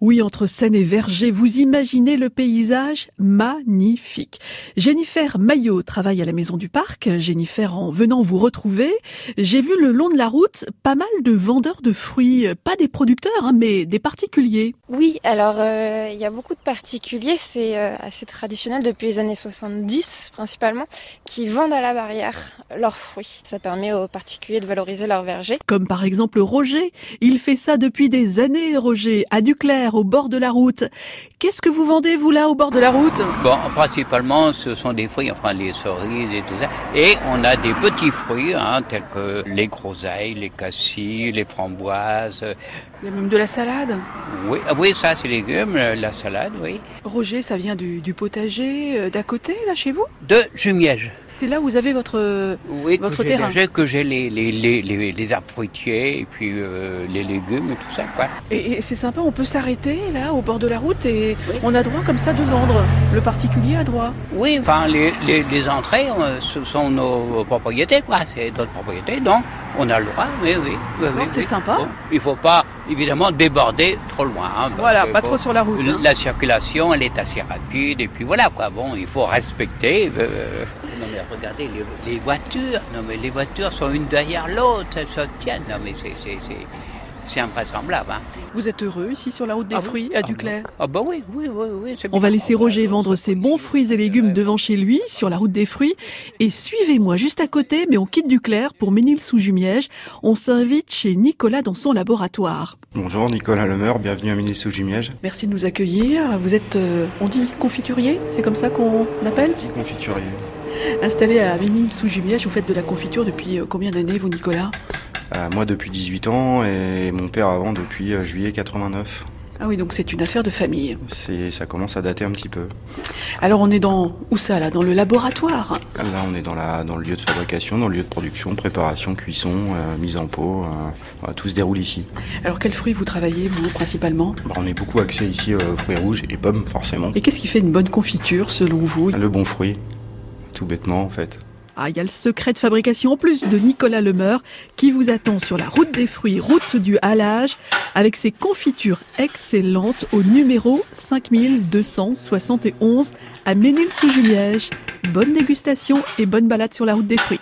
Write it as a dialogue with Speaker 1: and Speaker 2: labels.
Speaker 1: Oui, entre Seine et Verger, vous imaginez le paysage magnifique. Jennifer Maillot travaille à la Maison du Parc. Jennifer, en venant vous retrouver, j'ai vu le long de la route pas mal de vendeurs de fruits, pas des producteurs, hein, mais des particuliers.
Speaker 2: Oui, alors euh, il y a beaucoup de particuliers, c'est euh, assez traditionnel depuis les années 70 principalement, qui vendent à la barrière leurs fruits. Ça permet aux particuliers de valoriser leur verger.
Speaker 1: Comme par exemple Roger. Il fait ça depuis des années, Roger, à Duclair, au bord de la route. Qu'est-ce que vous vendez, vous, là, au bord de la route
Speaker 3: Bon, principalement, ce sont des fruits, enfin les cerises et tout ça. Et on a des petits fruits, hein, tels que les groseilles, les cassis, les framboises.
Speaker 1: Il y a même de la salade.
Speaker 3: Oui, ah oui ça, c'est légumes, euh, la salade, oui.
Speaker 1: Roger, ça vient du, du potager euh, d'à côté, là, chez vous
Speaker 3: De jumiège.
Speaker 1: C'est là où vous avez votre, euh,
Speaker 3: Oui,
Speaker 1: votre
Speaker 3: que j'ai
Speaker 1: terrain.
Speaker 3: j'ai- que j'ai les, les, les, les, les arbres fruitiers et puis euh, les légumes et tout ça, quoi.
Speaker 1: Et, et c'est sympa, on peut s'arrêter, là, au bord de la route, et on a droit, comme ça, de vendre. Le particulier a droit.
Speaker 3: Oui, enfin, les, les, les entrées, euh, ce sont nos propriétés, quoi. C'est notre propriété, donc on a le droit, oui, oui. Ah oui, oui,
Speaker 1: c'est
Speaker 3: oui.
Speaker 1: sympa.
Speaker 3: Bon, il faut pas, évidemment, déborder trop loin. hein, parce
Speaker 1: Voilà,
Speaker 3: que,
Speaker 1: pas
Speaker 3: bon,
Speaker 1: trop sur la route. hein.
Speaker 3: La circulation, elle est assez rapide, et puis voilà quoi. Bon, il faut respecter. euh, Non mais regardez les, les voitures. Non mais les voitures sont une derrière l'autre, elles se tiennent. Non mais c'est c'est c'est c'est invraisemblable. Hein.
Speaker 1: Vous êtes heureux ici sur la route des
Speaker 3: Ah bon
Speaker 1: fruits à
Speaker 3: Ah
Speaker 1: Duclair
Speaker 3: bon Ah bah oui, oui, oui, oui. c'est
Speaker 1: On va
Speaker 3: bien.
Speaker 1: laisser
Speaker 3: Ah bah,
Speaker 1: Roger
Speaker 3: non,
Speaker 1: vendre
Speaker 3: c'est
Speaker 1: ses bons
Speaker 3: possible.
Speaker 1: fruits et légumes devant chez lui, sur la route des fruits. Et suivez-moi juste à côté, mais on quitte Duclair pour Ménil-sous-Jumièges. On s'invite chez Nicolas dans son laboratoire.
Speaker 4: Bonjour Nicolas Lemeur, bienvenue à Ministre sous Jumièges.
Speaker 1: Merci de nous accueillir. Vous êtes, euh, on dit confiturier, c'est comme ça qu'on appelle
Speaker 4: Petit confiturier.
Speaker 1: Installé à Ménil-sous-Jumièges, vous faites de la confiture depuis euh, combien d'années, vous, Nicolas
Speaker 4: Euh, moi depuis 18 ans et mon père avant depuis euh, juillet 89.
Speaker 1: Ah oui, donc c'est une affaire de famille.
Speaker 4: C'est, ça commence à dater un petit peu.
Speaker 1: Alors on est dans, où ça là Dans le laboratoire.
Speaker 4: Là on est dans, la, dans le lieu de fabrication, dans le lieu de production, préparation, cuisson, euh, mise en pot. euh, voilà, tout se déroule ici.
Speaker 1: Alors quels fruits vous travaillez, vous, principalement
Speaker 4: Bon, on est beaucoup axé ici euh, fruits rouges et pommes forcément.
Speaker 1: Et qu'est-ce qui fait une bonne confiture, selon vous
Speaker 4: Le bon fruit, tout bêtement en fait.
Speaker 1: Ah, il y a le secret de fabrication en plus de Nicolas Lemeur qui vous attend sur la route des fruits, route du halage, avec ses confitures excellentes au numéro 5271 à Ménil-sous-Jumièges. Bonne dégustation et bonne balade sur la route des fruits.